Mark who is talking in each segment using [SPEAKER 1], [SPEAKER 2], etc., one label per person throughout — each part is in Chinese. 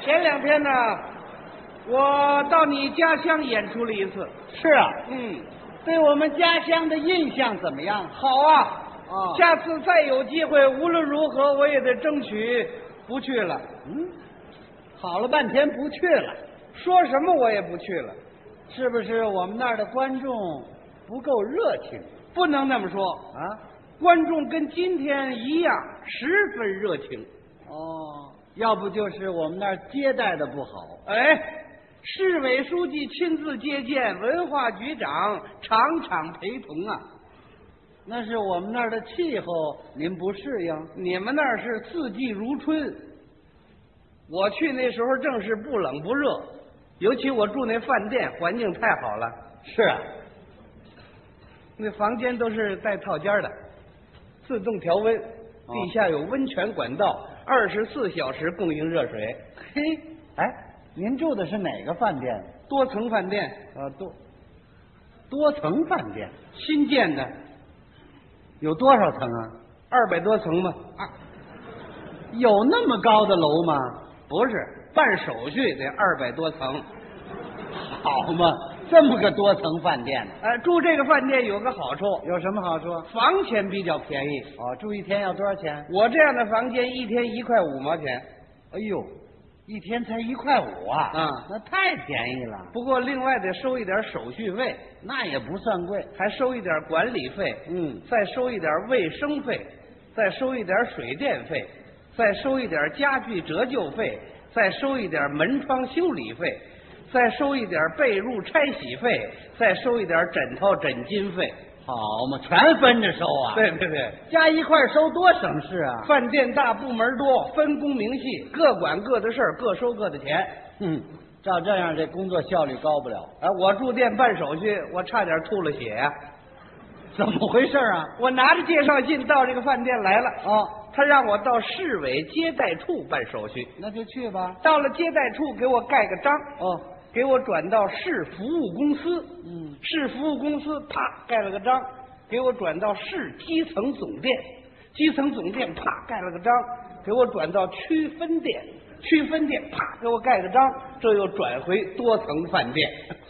[SPEAKER 1] 前两天呢，我到你家乡演出了一次。
[SPEAKER 2] 是啊，
[SPEAKER 1] 嗯，
[SPEAKER 2] 对我们家乡的印象怎么样？
[SPEAKER 1] 好啊。
[SPEAKER 2] 哦
[SPEAKER 1] 下次再有机会，无论如何我也得争取不去了。
[SPEAKER 2] 嗯，好了半天不去了，
[SPEAKER 1] 说什么我也不去了，
[SPEAKER 2] 是不是我们那儿的观众不够热情
[SPEAKER 1] 不能那么说。
[SPEAKER 2] 啊？
[SPEAKER 1] 观众跟今天一样，十分热情。
[SPEAKER 2] 哦，要不就是我们那儿接待的不好。
[SPEAKER 1] 哎，市委书记亲自接见，文化局长场场陪同啊。
[SPEAKER 2] 那是我们那儿的气候，您不适应。
[SPEAKER 1] 你们那儿是四季如春，我去那时候正是不冷不热，尤其我住那饭店，环境太好了，
[SPEAKER 2] 是啊，
[SPEAKER 1] 那房间都是带套间的，自动调温，
[SPEAKER 2] 哦
[SPEAKER 1] 地下有温泉管道，二十四小时供应热水，
[SPEAKER 2] 嘿，哎，您住的是哪个饭店？
[SPEAKER 1] 多层饭店
[SPEAKER 2] 呃，多多层饭店
[SPEAKER 1] 新建的，
[SPEAKER 2] 有多少层啊？
[SPEAKER 1] 二百多层吧，啊，
[SPEAKER 2] 有那么高的楼吗？
[SPEAKER 1] 不是办手续得二百多层。
[SPEAKER 2] 好嘛，这么个多层饭店呢，
[SPEAKER 1] 呃，住这个饭店有个好处，
[SPEAKER 2] 有什么好处？
[SPEAKER 1] 房钱比较便宜。
[SPEAKER 2] 哦，住一天要多少钱？
[SPEAKER 1] 我这样的房间一天一块五毛钱。
[SPEAKER 2] 哎呦，一天才一块五啊！
[SPEAKER 1] 啊
[SPEAKER 2] 那太便宜了，
[SPEAKER 1] 不过另外得收一点手续费，
[SPEAKER 2] 那也不算贵。
[SPEAKER 1] 还收一点管理费，
[SPEAKER 2] 嗯，
[SPEAKER 1] 再收一点卫生费，再收一点水电费，再收一点家具折旧费，再收一点门窗修理费，再收一点被褥拆洗费，再收一点枕头枕巾费。
[SPEAKER 2] 好嘛，全分着收啊！，
[SPEAKER 1] 对对对，
[SPEAKER 2] 加一块收多省事啊！
[SPEAKER 1] 饭店大，部门多，分工明细，各管各的事儿，各收各的钱。
[SPEAKER 2] 嗯，照这样这工作效率高不了，
[SPEAKER 1] 哎，我住店办手续，我差点吐了血呀、
[SPEAKER 2] 怎么回事啊？
[SPEAKER 1] 我拿着介绍信到这个饭店来了，啊
[SPEAKER 2] 哦，
[SPEAKER 1] 他让我到市委接待处办手续。
[SPEAKER 2] 那就去吧。
[SPEAKER 1] 到了接待处，给我盖个章，
[SPEAKER 2] 哦，
[SPEAKER 1] 给我转到市服务公司。
[SPEAKER 2] 嗯，
[SPEAKER 1] 市服务公司啪盖了个章，给我转到市基层总店。基层总店啪盖了个章，给我转到区分店。区分店啪给我盖个章，这又转回多层饭店。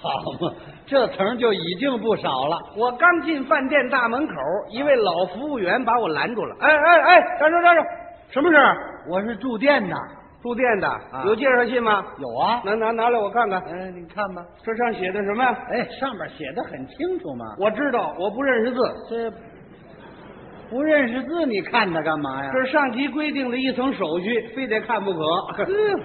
[SPEAKER 2] 好嘛，这层就已经不少了。
[SPEAKER 1] 我刚进饭店大门口，一位老服务员把我拦住了。哎哎哎，站住站住！什么事儿？啊
[SPEAKER 2] 我是住店的，
[SPEAKER 1] 住店的、有介绍信吗？
[SPEAKER 2] 有啊。
[SPEAKER 1] 拿拿拿来我看看。
[SPEAKER 2] 嗯、你看吧，
[SPEAKER 1] 这上写的什么呀？
[SPEAKER 2] 哎，上面写的很清楚嘛。
[SPEAKER 1] 我知道，我不认识字。
[SPEAKER 2] 这不认识字，你看它干嘛呀？
[SPEAKER 1] 这是上级规定的一层手续，非得看不 可。
[SPEAKER 2] 嗯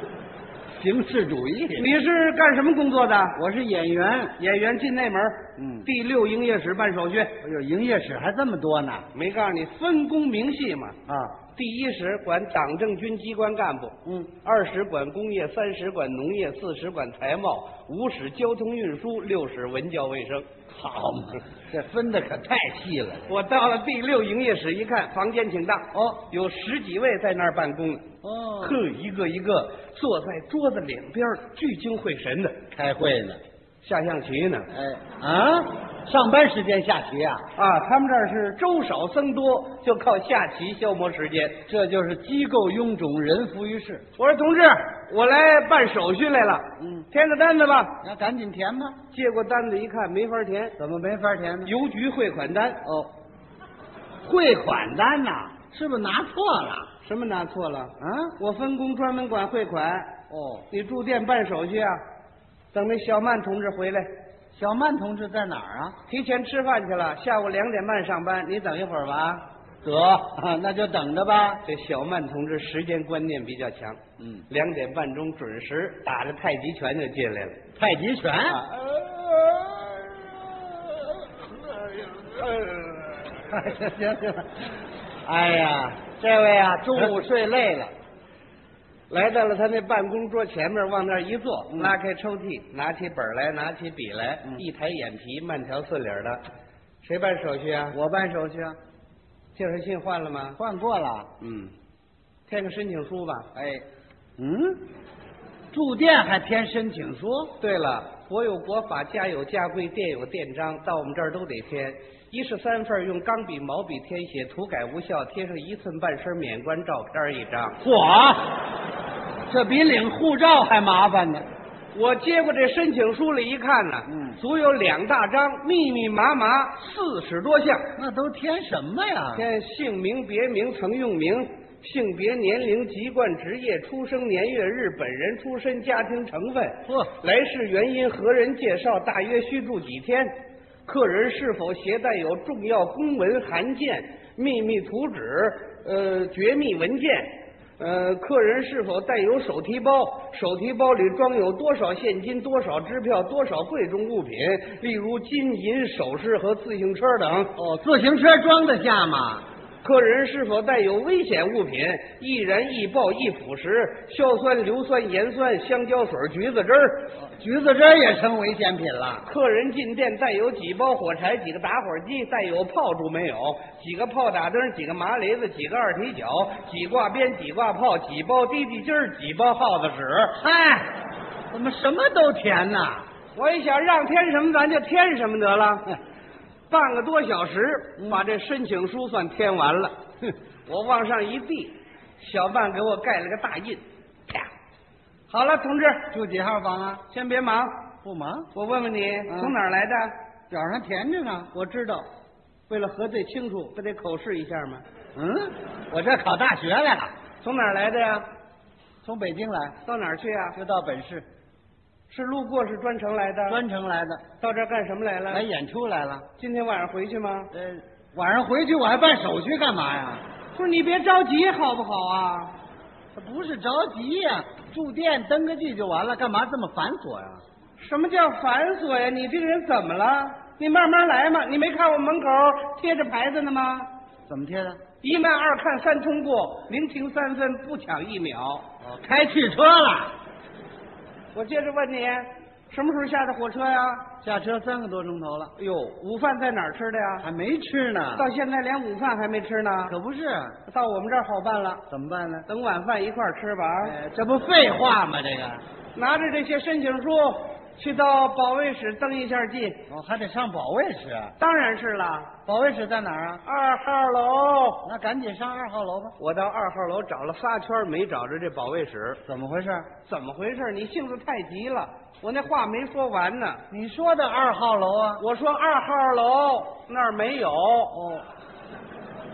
[SPEAKER 2] 形式主义。
[SPEAKER 1] 你是干什么工作的？
[SPEAKER 2] 我是演员，
[SPEAKER 1] 演员进内门，
[SPEAKER 2] 嗯
[SPEAKER 1] 第六营业室办手续。
[SPEAKER 2] 哎呦，营业室还这么多呢
[SPEAKER 1] 没告诉你分工明细嘛？
[SPEAKER 2] 啊！
[SPEAKER 1] 第一室管党政军机关干部，
[SPEAKER 2] 嗯，
[SPEAKER 1] 二室管工业，三室管农业，四室管财贸，五室交通运输，六室文教卫生。
[SPEAKER 2] 好嘛，这分的可太细了。
[SPEAKER 1] 我到了第六营业室一看，房间挺大
[SPEAKER 2] 哦，
[SPEAKER 1] 有十几位在那儿办公呢。
[SPEAKER 2] 哦
[SPEAKER 1] 哼，一个一个坐在桌子两边儿，聚精会神的
[SPEAKER 2] 开会呢。
[SPEAKER 1] 下象棋呢。
[SPEAKER 2] 哎啊，上班时间下棋啊，
[SPEAKER 1] 啊，他们这儿是粥少僧多，就靠下棋消磨时间。
[SPEAKER 2] 这就是机构臃肿，人浮于事。
[SPEAKER 1] 我说同志，我来办手续来了，
[SPEAKER 2] 嗯，
[SPEAKER 1] 填个单子吧。
[SPEAKER 2] 那赶紧填吧，
[SPEAKER 1] 接过单子一看，没法填，
[SPEAKER 2] 怎么没法填呢？
[SPEAKER 1] 邮局汇款单，
[SPEAKER 2] 哦，汇款单呐、是不是拿错了
[SPEAKER 1] 什么拿错了？
[SPEAKER 2] 啊？
[SPEAKER 1] 我分工专门管汇款，
[SPEAKER 2] 哦，
[SPEAKER 1] 你住店办手续啊。等那小曼同志回来，
[SPEAKER 2] 小曼同志在哪儿啊？
[SPEAKER 1] 提前吃饭去了，下午两点半上班，你等一会儿吧。
[SPEAKER 2] 得， 啊那就等着吧。
[SPEAKER 1] 这小曼同志时间观念比较强，
[SPEAKER 2] 嗯，
[SPEAKER 1] 两点半钟准时打着太极拳就进 来了。
[SPEAKER 2] 太极拳。行 行了，哎呀，这位啊，中午睡累了，
[SPEAKER 1] 来到了他那办公桌前面，往那儿一坐，拉开抽屉，拿起本来，拿起笔来，
[SPEAKER 2] 嗯
[SPEAKER 1] 一抬眼皮，慢条斯理的。谁办手续啊？
[SPEAKER 2] 我办手续啊，
[SPEAKER 1] 介绍信换了吗？
[SPEAKER 2] 换过了。
[SPEAKER 1] 嗯，填个申请书吧。
[SPEAKER 2] 哎，嗯，住店还填申请书？
[SPEAKER 1] 对了，国有国法，家有家规，店有店章，到我们这儿都得填。一式三份，用钢笔、毛笔填写，涂改无效，贴上一寸半身免冠照片一张。
[SPEAKER 2] 嚯，这比领护照还麻烦呢。
[SPEAKER 1] 我接过这申请书来一看呢、
[SPEAKER 2] 嗯
[SPEAKER 1] 足有两大张，密密麻麻四十多项，
[SPEAKER 2] 那都填什么呀？
[SPEAKER 1] 这姓名、别名、曾用名、性别、年龄、籍贯、职业、出生年月日、本人出身、家庭成分、
[SPEAKER 2] 呵
[SPEAKER 1] 来世原因、何人介绍、大约居住几天、客人是否携带有重要公文函件、秘密图纸、呃绝密文件。呃，客人是否带有手提包？手提包里装有多少现金、多少支票、多少贵重物品，例如金银首饰和自行车等？
[SPEAKER 2] 哦，自行车装得下吗？
[SPEAKER 1] 客人是否带有危险物品，易燃易爆易腐蚀，硝酸、硫酸、盐酸、香蕉水、橘子汁儿。
[SPEAKER 2] 橘子汁儿也成危险品了。
[SPEAKER 1] 客人进店带有几包火柴、几个打火机，带有炮竹没有？几个炮打灯、几个麻雷子、几个二踢脚、几挂鞭、几挂炮、几包滴滴筋儿、几包耗子屎。
[SPEAKER 2] 嗨，哎怎么什么都填呐？
[SPEAKER 1] 我一想，让添什么咱就添什么得了。 半个多小时，把这申请书算填完了。 哼，我往上一递，小半给我盖了个大印。啪！好了，同志，
[SPEAKER 2] 住几号房啊？嗯
[SPEAKER 1] 先别忙，
[SPEAKER 2] 不忙，
[SPEAKER 1] 我问问你，从哪儿来的？
[SPEAKER 2] 表上填着呢。
[SPEAKER 1] 我知道，为了核对清楚，不得口试一下吗？
[SPEAKER 2] 嗯，我这考大学来了，
[SPEAKER 1] 从哪儿来的呀？
[SPEAKER 2] 从北京来，
[SPEAKER 1] 到哪儿去啊？
[SPEAKER 2] 就到本市，
[SPEAKER 1] 是路过，是专程来的？
[SPEAKER 2] 专程哎来的，
[SPEAKER 1] 到这儿干什么来
[SPEAKER 2] 来
[SPEAKER 1] 了？
[SPEAKER 2] 演出来了。
[SPEAKER 1] 今天晚上回去吗？
[SPEAKER 2] 呃，晚上回去我还办手续干嘛呀？
[SPEAKER 1] 不是，你别着急，好不好啊？
[SPEAKER 2] 不是着急呀、住店登个记就完了，干嘛这么繁琐呀、
[SPEAKER 1] 什么叫繁琐呀？你这个人怎么了？你慢慢来嘛。你没看我门口贴着牌子呢吗？
[SPEAKER 2] 怎么贴的？
[SPEAKER 1] 一慢二看三通过，零停三分，不抢一秒。
[SPEAKER 2] 哦，开汽车了，
[SPEAKER 1] 我接着问你，什么时候下的火车呀？
[SPEAKER 2] 下车三个多钟头了，
[SPEAKER 1] 哎呦，午饭在哪儿吃的呀？
[SPEAKER 2] 还没吃呢。
[SPEAKER 1] 到现在连午饭还没吃呢。
[SPEAKER 2] 可不是，
[SPEAKER 1] 到我们这儿好办了，
[SPEAKER 2] 怎么办呢？
[SPEAKER 1] 等晚饭一块儿吃吧。啊！
[SPEAKER 2] 哎，这不废话吗？这个，
[SPEAKER 1] 拿着这些申请书去到保卫室登一下记。
[SPEAKER 2] 我哦还得上保卫室啊。
[SPEAKER 1] 当然是了，
[SPEAKER 2] 保卫室在哪儿啊？
[SPEAKER 1] 二号楼。
[SPEAKER 2] 那赶紧上二号楼吧。
[SPEAKER 1] 我到二号楼找了仨圈儿，没找着这保卫室，
[SPEAKER 2] 怎么回事？
[SPEAKER 1] 怎么回事？你性子太急了，我那话没说完呢。
[SPEAKER 2] 你说的二号楼啊？
[SPEAKER 1] 我说二号楼那儿没有，
[SPEAKER 2] 哦，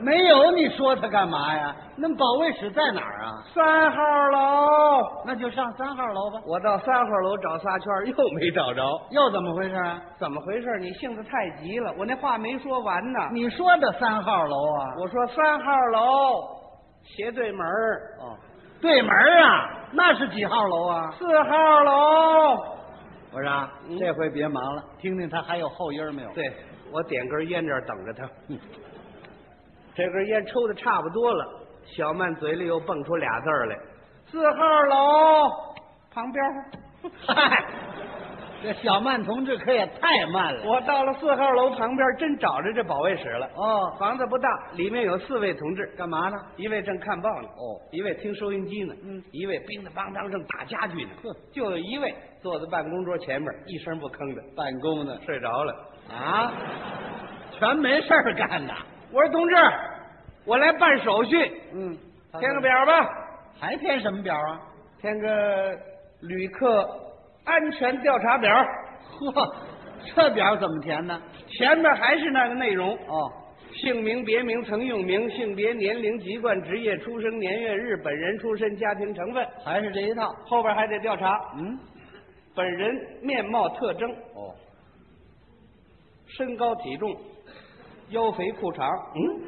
[SPEAKER 2] 没有，你说它干嘛呀？那保卫室在哪儿啊？
[SPEAKER 1] 三号楼。
[SPEAKER 2] 那就上三号楼吧。
[SPEAKER 1] 我到三号楼找仨圈儿，又没找着，
[SPEAKER 2] 又怎么回事啊？
[SPEAKER 1] 怎么回事？你性子太急了，我那话没说完呢。
[SPEAKER 2] 你说的三号楼啊？
[SPEAKER 1] 我说三号楼斜对门儿
[SPEAKER 2] 哦，对门儿啊，那是几号楼啊？
[SPEAKER 1] 四号楼。
[SPEAKER 2] 我说啊
[SPEAKER 1] 嗯
[SPEAKER 2] 这回别忙了，听听他还有后音儿没有？
[SPEAKER 1] 对，我点根烟这儿等着他。 这根烟抽的差不多了，小曼嘴里又蹦出俩字儿来：“四号楼旁边。
[SPEAKER 2] 嗨，这小曼同志可也太慢”了。
[SPEAKER 1] 我到了四号楼旁边，真找着这保卫室了。
[SPEAKER 2] 哦，
[SPEAKER 1] 房子不大，里面有四位同志，
[SPEAKER 2] 干嘛呢？
[SPEAKER 1] 一位正看报呢，
[SPEAKER 2] 哦，
[SPEAKER 1] 一位听收音机呢，
[SPEAKER 2] 嗯，
[SPEAKER 1] 一位乒当乓当正打家具呢
[SPEAKER 2] 呵，
[SPEAKER 1] 就有一位坐在办公桌前面，一声不吭的
[SPEAKER 2] 办公呢？
[SPEAKER 1] 睡着了。
[SPEAKER 2] 啊，全没事儿干的。
[SPEAKER 1] 我说同志，我来办手续，
[SPEAKER 2] 嗯，
[SPEAKER 1] 填个，表吧，
[SPEAKER 2] 还填什么表啊？
[SPEAKER 1] 填个旅客安全调查表，
[SPEAKER 2] 呵，这表怎么填呢？
[SPEAKER 1] 前面还是那个内容：
[SPEAKER 2] 哦，
[SPEAKER 1] 姓名、别名、曾用名、性别、年龄、籍贯、职业、出生年月日、本人出身、家庭成分，
[SPEAKER 2] 还是这一套。
[SPEAKER 1] 后边还得调查
[SPEAKER 2] 嗯，
[SPEAKER 1] 本人面貌特征、
[SPEAKER 2] 哦，
[SPEAKER 1] 身高体重、腰肥裤长，嗯，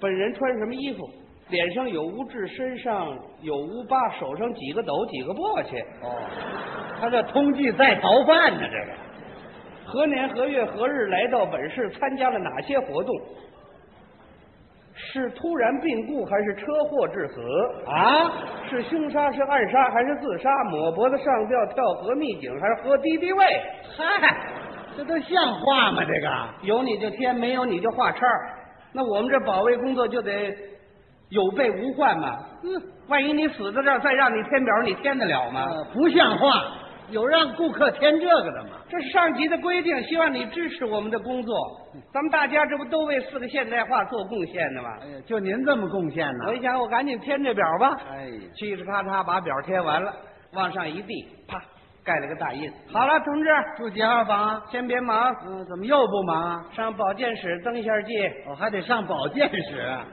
[SPEAKER 1] 本人穿什么衣服，脸上有污痣，身上有污疤，手上几个斗几个簸箕。
[SPEAKER 2] 哦，他这通缉在逃犯呢，这个。
[SPEAKER 1] 何年何月何日来到本市，参加了哪些活动？是突然病故还是车祸致死？
[SPEAKER 2] 啊，
[SPEAKER 1] 是凶杀是暗杀还是自杀？抹脖子上吊跳河溺井还是喝敌敌畏？
[SPEAKER 2] 嗨，这都像话吗？这个
[SPEAKER 1] 有你就添，没有你就画叉儿。那我们这保卫工作就得有备无患嘛。嗯，万一你死在这儿，再让你填表，你填得了吗？
[SPEAKER 2] 呃不像话。有让顾客添这个的吗？
[SPEAKER 1] 这是上级的规定，希望你支持我们的工作。咱们大家这不都为四个现代化做贡献呢吗？
[SPEAKER 2] 哎呀，就您这么贡献呢
[SPEAKER 1] 我？一想，我赶紧填这表吧。
[SPEAKER 2] 哎呀
[SPEAKER 1] 嘁哧咔嚓把表填完了，往上一递，啪，盖了个大印。好了，同志，
[SPEAKER 2] 住几号房啊？
[SPEAKER 1] 先别忙，
[SPEAKER 2] 嗯，怎么又不忙啊？
[SPEAKER 1] 上保健室登一下记。
[SPEAKER 2] 我、还得上保健室啊。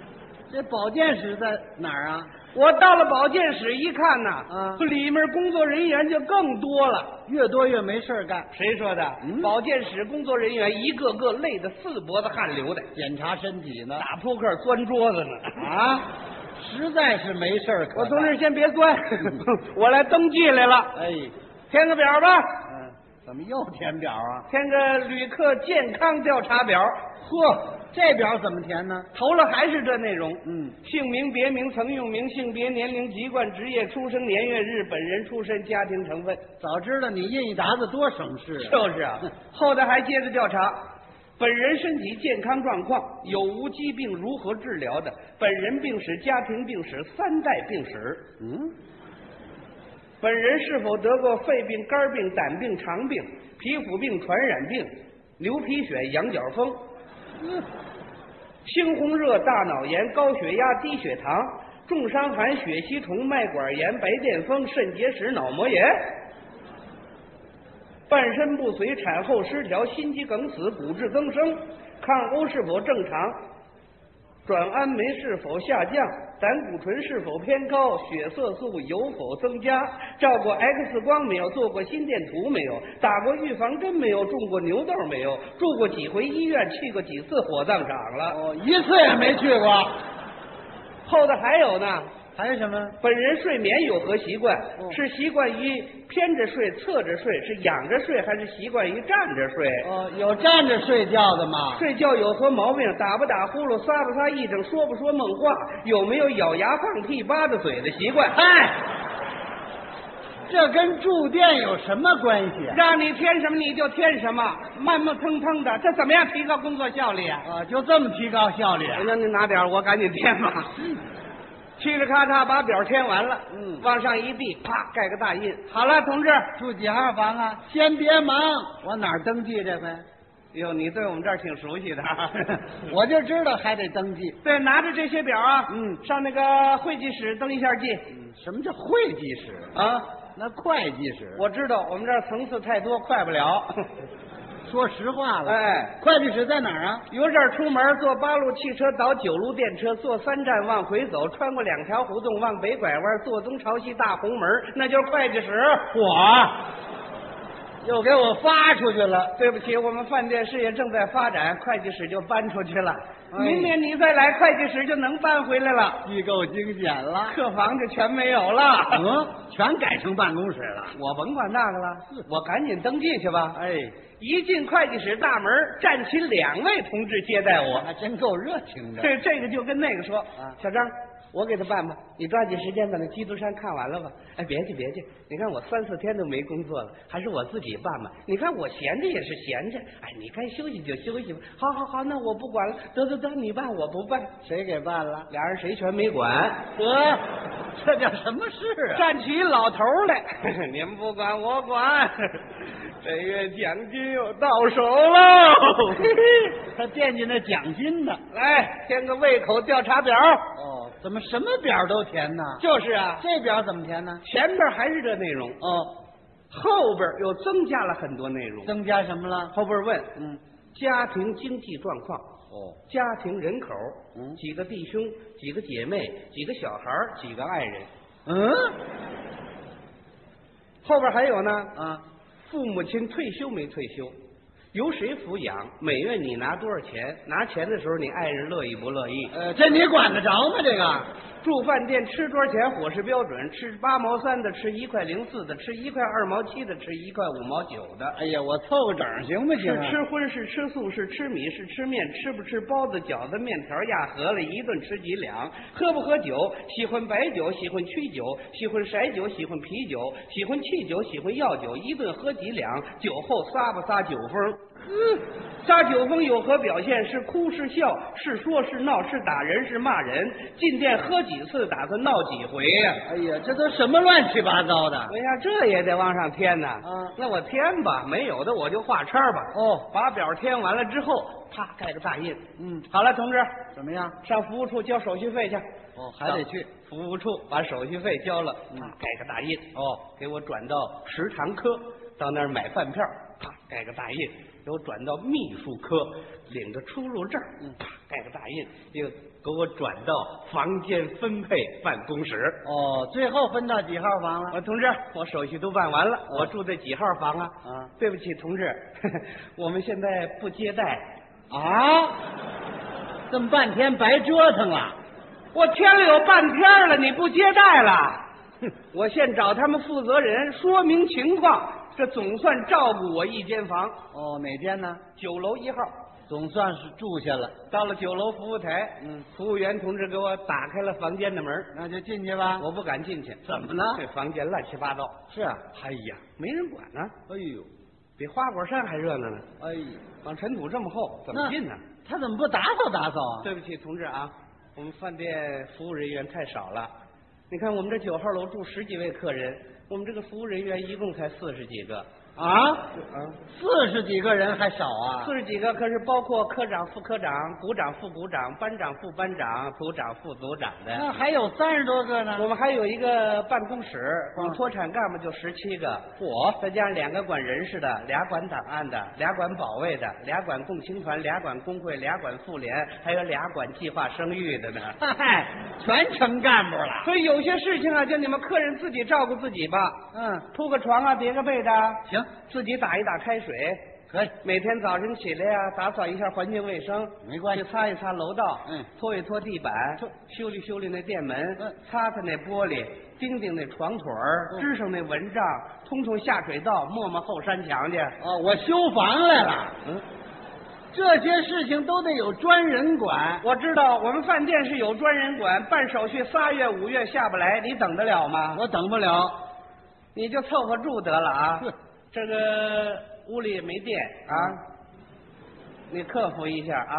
[SPEAKER 2] 这保健室在哪儿啊？
[SPEAKER 1] 我到了保健室一看呐，
[SPEAKER 2] 啊
[SPEAKER 1] 里面工作人员就更多了。
[SPEAKER 2] 越多越没事儿干，
[SPEAKER 1] 谁说的？
[SPEAKER 2] 嗯
[SPEAKER 1] 保健室工作人员一个个累得四脖子汗流的，
[SPEAKER 2] 检查身体呢。
[SPEAKER 1] 打扑克钻桌子呢。
[SPEAKER 2] 啊，实在是没事儿可干。
[SPEAKER 1] 我同志先别 钻，我来登记来了，
[SPEAKER 2] 哎，
[SPEAKER 1] 填个表吧，
[SPEAKER 2] 嗯，怎么又填表啊？
[SPEAKER 1] 填个旅客健康调查表。
[SPEAKER 2] 呵，这表怎么填呢？
[SPEAKER 1] 投了还是这内容，
[SPEAKER 2] 嗯，
[SPEAKER 1] 姓名、别名、曾用名、性别、年龄、籍贯、职业、出生年月日、本人出身、家庭成分。
[SPEAKER 2] 早知道你印一沓子多省事啊。
[SPEAKER 1] 就是啊，后头还接着调查，本人身体健康状况，有无疾病，如何治疗的，本人病史、家庭病史、三代病史，
[SPEAKER 2] 嗯，
[SPEAKER 1] 本人是否得过肺病、肝病、胆病、肠病、皮肤病、传染病、牛皮癣、羊角风、猩红热、大脑炎、高血压、低血糖。重伤寒、血吸虫、脉管炎、白癜风、肾结石、脑膜炎。半身不遂、产后失调、心肌梗死、骨质增生、抗欧是否正常、转氨酶是否下降、胆固醇是否偏高、血色素有否增加、照过 X 光没有、做过心电图没有、打过预防针没有、种过牛痘没有、住过几回医院、去过几次火葬场了。
[SPEAKER 2] 哦，一次也没去过。
[SPEAKER 1] 后头还有呢。
[SPEAKER 2] 还有什么？
[SPEAKER 1] 本人睡眠有何习惯？
[SPEAKER 2] 哦
[SPEAKER 1] 是习惯于偏着睡、侧着睡，是仰着睡，还是习惯于站着睡？
[SPEAKER 2] 哦，有站着睡觉的吗？
[SPEAKER 1] 睡觉有何毛病？打不打呼噜？撒不撒癔症？说不说梦话？有没有咬牙放屁、吧嗒嘴的习惯？
[SPEAKER 2] 哎，这跟住店有什么关系啊？
[SPEAKER 1] 让你添什么你就添什么，慢慢腾腾的，这怎么样提高工作效率啊？
[SPEAKER 2] 啊，就这么提高效率啊？
[SPEAKER 1] 让您拿点儿，我赶紧填吧。嘁哩咔嚓把表填完了，
[SPEAKER 2] 嗯
[SPEAKER 1] 往上一递，啪盖个大印。好了，同志，
[SPEAKER 2] 住几号房啊？先别忙，我哪儿登记这回？
[SPEAKER 1] 哟，你对我们这儿挺熟 悉的啊。
[SPEAKER 2] 我就知道还得登记。
[SPEAKER 1] 对，拿着这些表啊，
[SPEAKER 2] 嗯
[SPEAKER 1] 上那个会计室登一下记
[SPEAKER 2] 什么叫会计室？
[SPEAKER 1] 啊。
[SPEAKER 2] 那会计室。
[SPEAKER 1] 我知道我们这儿层次太多，快不了。
[SPEAKER 2] 说实话了，
[SPEAKER 1] 哎，
[SPEAKER 2] 会计室在哪儿啊？
[SPEAKER 1] 由这儿出门，坐八路汽车倒九路电车，坐三站往回走，穿过两条胡同往北拐弯，坐东朝西大红门，那就是会计室。
[SPEAKER 2] 我又给我发出去了。
[SPEAKER 1] 对不起，我们饭店事业正在发展，会计室就搬出去了。
[SPEAKER 2] 哎
[SPEAKER 1] 明年你再来，会计室就能搬回来了，
[SPEAKER 2] 机构惊险了，
[SPEAKER 1] 客房就全没有了。
[SPEAKER 2] 嗯，全改成办公室了。
[SPEAKER 1] 我甭管那个了，我赶紧登记去吧。
[SPEAKER 2] 哎，
[SPEAKER 1] 一进会计室大门，站起两位同志接待我。
[SPEAKER 2] 还真够热情的。
[SPEAKER 1] 这这个就跟那个说，
[SPEAKER 2] 啊
[SPEAKER 1] 小张，我给他办吧，你抓紧时间把那《基督山》看完了吧。哎，别去别去，你看我三四天都没工作了，还是我自己办吧。你看我闲着也是闲着，哎，你该休息就休息吧。好好好，那我不管了，得得得，你办我不办。
[SPEAKER 2] 谁给办了？
[SPEAKER 1] 俩人谁全没管，
[SPEAKER 2] 得，这叫什么事 啊？
[SPEAKER 1] 站起老头来， 您不管我管， 这月奖金又到手喽。
[SPEAKER 2] 他惦记那奖金呢。
[SPEAKER 1] 来，填个胃口调查表。
[SPEAKER 2] 哦，怎么什么表都填呢？
[SPEAKER 1] 就是啊，
[SPEAKER 2] 这表怎么填呢？
[SPEAKER 1] 前边还是这内容，
[SPEAKER 2] 哦，
[SPEAKER 1] 后边又增加了很多内容。
[SPEAKER 2] 增加什么了？
[SPEAKER 1] 后边问
[SPEAKER 2] 嗯，
[SPEAKER 1] 家庭经济状况、
[SPEAKER 2] 哦，
[SPEAKER 1] 家庭人口、
[SPEAKER 2] 嗯
[SPEAKER 1] 几个弟兄、几个姐妹、几个小孩儿、几个爱人。
[SPEAKER 2] 嗯
[SPEAKER 1] 后边还有呢，
[SPEAKER 2] 啊，
[SPEAKER 1] 父母亲退休没退休，由谁抚养，每月你拿多少钱，拿钱的时候你爱人乐意不乐意？
[SPEAKER 2] 呃，这你管得着吗？这个
[SPEAKER 1] 住饭店吃多少钱？伙食标准，吃八毛三的，吃一块零四的，吃一块二毛七的，吃一块五毛九的。
[SPEAKER 2] 哎呀，我凑个整行不行
[SPEAKER 1] 是
[SPEAKER 2] 啊？
[SPEAKER 1] 吃荤是吃素是吃米是吃面，吃不吃包子饺子面条压合了，一顿吃几两？喝不喝酒？喜欢白酒，喜欢曲酒，喜欢色酒，喜欢啤酒，喜欢汽酒，喜欢药酒，一顿喝几两？酒后撒不撒酒疯？嗯，撒酒疯有何表现？是哭是笑是说是闹是打人是骂人？进店喝几次？打算闹几回呀、
[SPEAKER 2] 哎呀，这都什么乱七八糟的？
[SPEAKER 1] 哎呀，这也得往上添呐！
[SPEAKER 2] 嗯
[SPEAKER 1] 那我添吧，没有的我就画叉吧。
[SPEAKER 2] 哦，
[SPEAKER 1] 把表添完了之后，啪盖个大印。
[SPEAKER 2] 嗯，
[SPEAKER 1] 好了，同志，
[SPEAKER 2] 怎么样？
[SPEAKER 1] 上服务处交手续费去。
[SPEAKER 2] 哦还得去嗯
[SPEAKER 1] 上服务处把手续费交了，啪盖个大印。
[SPEAKER 2] 哦，
[SPEAKER 1] 给我转到食堂科，到那儿买饭票，啪盖个大印。给我转到秘书科，领着出入证，
[SPEAKER 2] 嗯
[SPEAKER 1] 啪盖个大印。又给我转到房间分配办公室。
[SPEAKER 2] 哦，最后分到几号房了？
[SPEAKER 1] 我同志，我手续都办完了，我住在几号房啊？
[SPEAKER 2] 啊
[SPEAKER 1] 对不起，同志， 我们现在不接待。
[SPEAKER 2] 啊，这么半天白折腾了。
[SPEAKER 1] 我添了有半天了，你不接待了？ 哼，我现找他们负责人说明情况，这总算照顾我一间房，
[SPEAKER 2] 哦，哪天呢？
[SPEAKER 1] 九楼一号。
[SPEAKER 2] 总算是住下了，
[SPEAKER 1] 到了九楼服务台，
[SPEAKER 2] 嗯，
[SPEAKER 1] 服务员同志给我打开了房间的门，
[SPEAKER 2] 那就进去吧。
[SPEAKER 1] 我不敢进去。
[SPEAKER 2] 怎么了
[SPEAKER 1] 这房间乱七八糟，
[SPEAKER 2] 是啊，
[SPEAKER 1] 哎呀，没人管呢、
[SPEAKER 2] 哎呦，
[SPEAKER 1] 比花果山还热闹呢。
[SPEAKER 2] 哎呦，
[SPEAKER 1] 往尘土这么厚，怎么
[SPEAKER 2] 那
[SPEAKER 1] 进呢？
[SPEAKER 2] 他怎么不打扫打扫啊？
[SPEAKER 1] 对不起，同志啊，我们饭店服务人员太少了。你看，我们这九号楼住十几位客人，我们这个服务人员一共才四十几个
[SPEAKER 2] 啊，
[SPEAKER 1] 啊，
[SPEAKER 2] 四十几个人还少啊
[SPEAKER 1] 四？十几个可是包括科长、副科长、股长、副股长、班长、副班长、组长、副组长的。
[SPEAKER 2] 那还有三十多个呢
[SPEAKER 1] 我。们还有一个办公室，光
[SPEAKER 2] 嗯
[SPEAKER 1] 脱产干部就十七个，我再加上两个管人事的，俩管档案的，俩管保卫的，俩管共青团，俩管工会，俩管妇联，还有俩管计划生育的呢。
[SPEAKER 2] 嗨，全成干部了。
[SPEAKER 1] 所以有些事情啊，就你们客人自己照顾自己吧，
[SPEAKER 2] 嗯，
[SPEAKER 1] 铺个床啊，叠个被的啊，
[SPEAKER 2] 行，
[SPEAKER 1] 自己打一打开水，
[SPEAKER 2] 可以，
[SPEAKER 1] 每天早晨起来呀、打扫一下环境卫生，
[SPEAKER 2] 没关系
[SPEAKER 1] 去擦一擦楼道，
[SPEAKER 2] 嗯
[SPEAKER 1] 拖一拖地板
[SPEAKER 2] 拖，
[SPEAKER 1] 修理修理那店门，
[SPEAKER 2] 嗯
[SPEAKER 1] 擦擦那玻璃，钉钉那床腿儿，
[SPEAKER 2] 嗯
[SPEAKER 1] 支上那蚊帐，通通下水道，抹抹后山墙去。
[SPEAKER 2] 哦，我修房来了，
[SPEAKER 1] 嗯，
[SPEAKER 2] 这些事情都得有专人管。
[SPEAKER 1] 我知道我们饭店是有专人管，办手续仨月五月下不来，你等得了吗？
[SPEAKER 2] 我等不了，
[SPEAKER 1] 你就凑合住得了啊
[SPEAKER 2] 哼。
[SPEAKER 1] 这个屋里也没电啊，你克服一下啊。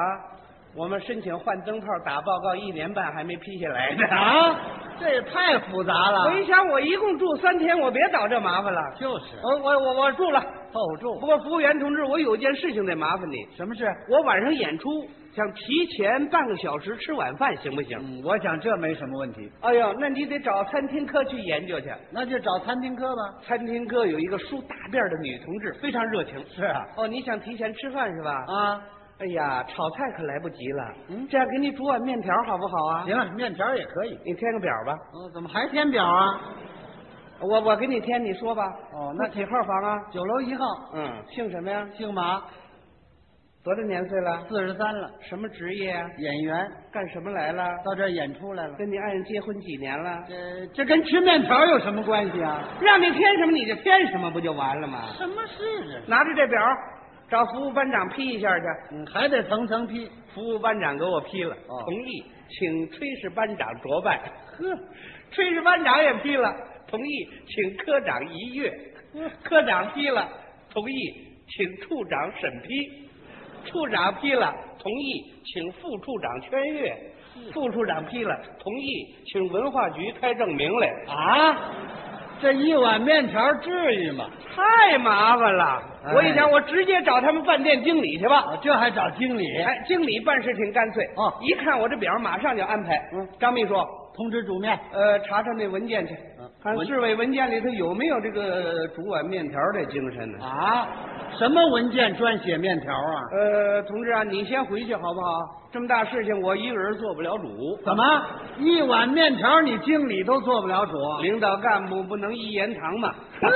[SPEAKER 1] 我们申请换灯泡，打报告一年半还没批下来呢。啊
[SPEAKER 2] 啊，这也太复杂
[SPEAKER 1] 我
[SPEAKER 2] 了。
[SPEAKER 1] 一想，我一共住三天，我别找这麻烦 了。
[SPEAKER 2] 就是
[SPEAKER 1] 我我我我住了。
[SPEAKER 2] 凑合
[SPEAKER 1] 不
[SPEAKER 2] 住。
[SPEAKER 1] 过服务员同志，我有件事情得麻烦你。
[SPEAKER 2] 什么事？
[SPEAKER 1] 我晚上演出，想提前半个小时吃晚饭，行不行？
[SPEAKER 2] 嗯，我想这没什么问题，
[SPEAKER 1] 哎呦，那你得找餐厅科去研究去。
[SPEAKER 2] 那就找餐厅科吧。
[SPEAKER 1] 餐厅科有一个梳大辫儿的女同志，非常热情。
[SPEAKER 2] 是啊，
[SPEAKER 1] 哦，你想提前吃饭是吧？
[SPEAKER 2] 啊，
[SPEAKER 1] 哎呀，炒菜可来不及了。
[SPEAKER 2] 嗯
[SPEAKER 1] 这样给你煮碗面条好不好啊？
[SPEAKER 2] 行，了，面条也可以。
[SPEAKER 1] 你填个表吧。
[SPEAKER 2] 哦，怎么还填表啊？
[SPEAKER 1] 我我给你填，你说吧。
[SPEAKER 2] 哦那
[SPEAKER 1] 住几号房啊？
[SPEAKER 2] 九楼一号，
[SPEAKER 1] 嗯，姓什么呀？
[SPEAKER 2] 姓马，
[SPEAKER 1] 多大年岁了？
[SPEAKER 2] 四十三了，
[SPEAKER 1] 什么职业啊？
[SPEAKER 2] 演员，
[SPEAKER 1] 干什么来了？
[SPEAKER 2] 到这儿演出来了。
[SPEAKER 1] 跟你爱人结婚几年了？
[SPEAKER 2] 这这跟吃面条有什么关系啊？
[SPEAKER 1] 让你填什么你就填什么，不就完了吗？
[SPEAKER 2] 什么事啊这？
[SPEAKER 1] 拿着这表，找服务班长批一下去。
[SPEAKER 2] 嗯，还得层层批。
[SPEAKER 1] 服务班长给我批了，
[SPEAKER 2] 哦
[SPEAKER 1] 同意，请炊事班长酌办。呵，炊事班长也批了，同意，请科长一阅。科长批了，同意，请处长审批。处长批了，同意，请副处长签阅。
[SPEAKER 2] 嗯
[SPEAKER 1] 副处长批了，同意，请文化局开证明来。
[SPEAKER 2] 啊，这一碗面条至于吗？
[SPEAKER 1] 太麻烦了！我一
[SPEAKER 2] 哎
[SPEAKER 1] 想，我直接找他们饭店经理去吧。
[SPEAKER 2] 啊，这还找经理？
[SPEAKER 1] 哎，经理办事挺干脆
[SPEAKER 2] 哦
[SPEAKER 1] 一看我这表，马上就安排。
[SPEAKER 2] 嗯，
[SPEAKER 1] 张秘书，
[SPEAKER 2] 通知煮面。
[SPEAKER 1] 呃，查查那文件去
[SPEAKER 2] 嗯，
[SPEAKER 1] 看
[SPEAKER 2] 文
[SPEAKER 1] 市委文件里头有没有这个煮碗面条这精神呢？
[SPEAKER 2] 啊，什么文件专写面条啊？
[SPEAKER 1] 呃，同志啊，你先回去好不好？这么大事情，我一个人做不了主。
[SPEAKER 2] 怎么一碗面条你经理都做不了主？
[SPEAKER 1] 领导干部不能一言堂 嘛
[SPEAKER 2] 嗯，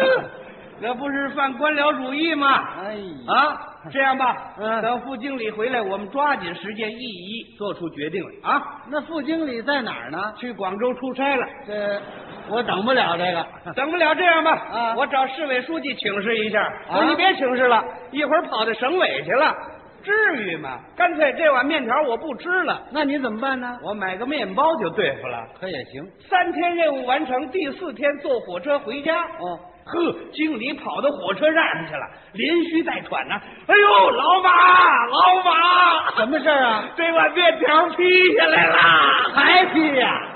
[SPEAKER 1] 那不是犯官僚主义吗？
[SPEAKER 2] 哎，
[SPEAKER 1] 啊，这样吧，
[SPEAKER 2] 嗯
[SPEAKER 1] 等副经理回来，我们抓紧时间一一做出决定来啊。
[SPEAKER 2] 那副经理在哪儿呢？
[SPEAKER 1] 去广州出差了。
[SPEAKER 2] 这我等不了这个。
[SPEAKER 1] 等不了，这样吧，
[SPEAKER 2] 啊
[SPEAKER 1] 我找市委书记请示一下。
[SPEAKER 2] 啊
[SPEAKER 1] 你别请示了，一会儿跑到省委去了，至于吗？干脆这碗面条我不吃了，
[SPEAKER 2] 那你怎么办呢？
[SPEAKER 1] 我买个面包就对付了。
[SPEAKER 2] 可也行。
[SPEAKER 1] 三天任务完成，第四天坐火车回家。
[SPEAKER 2] 哦，
[SPEAKER 1] 呵，经理跑到火车站上去了，连续带喘呐、哎呦，老马，老马，
[SPEAKER 2] 什么事儿啊？
[SPEAKER 1] 这碗面条劈下来了，
[SPEAKER 2] 还批呀、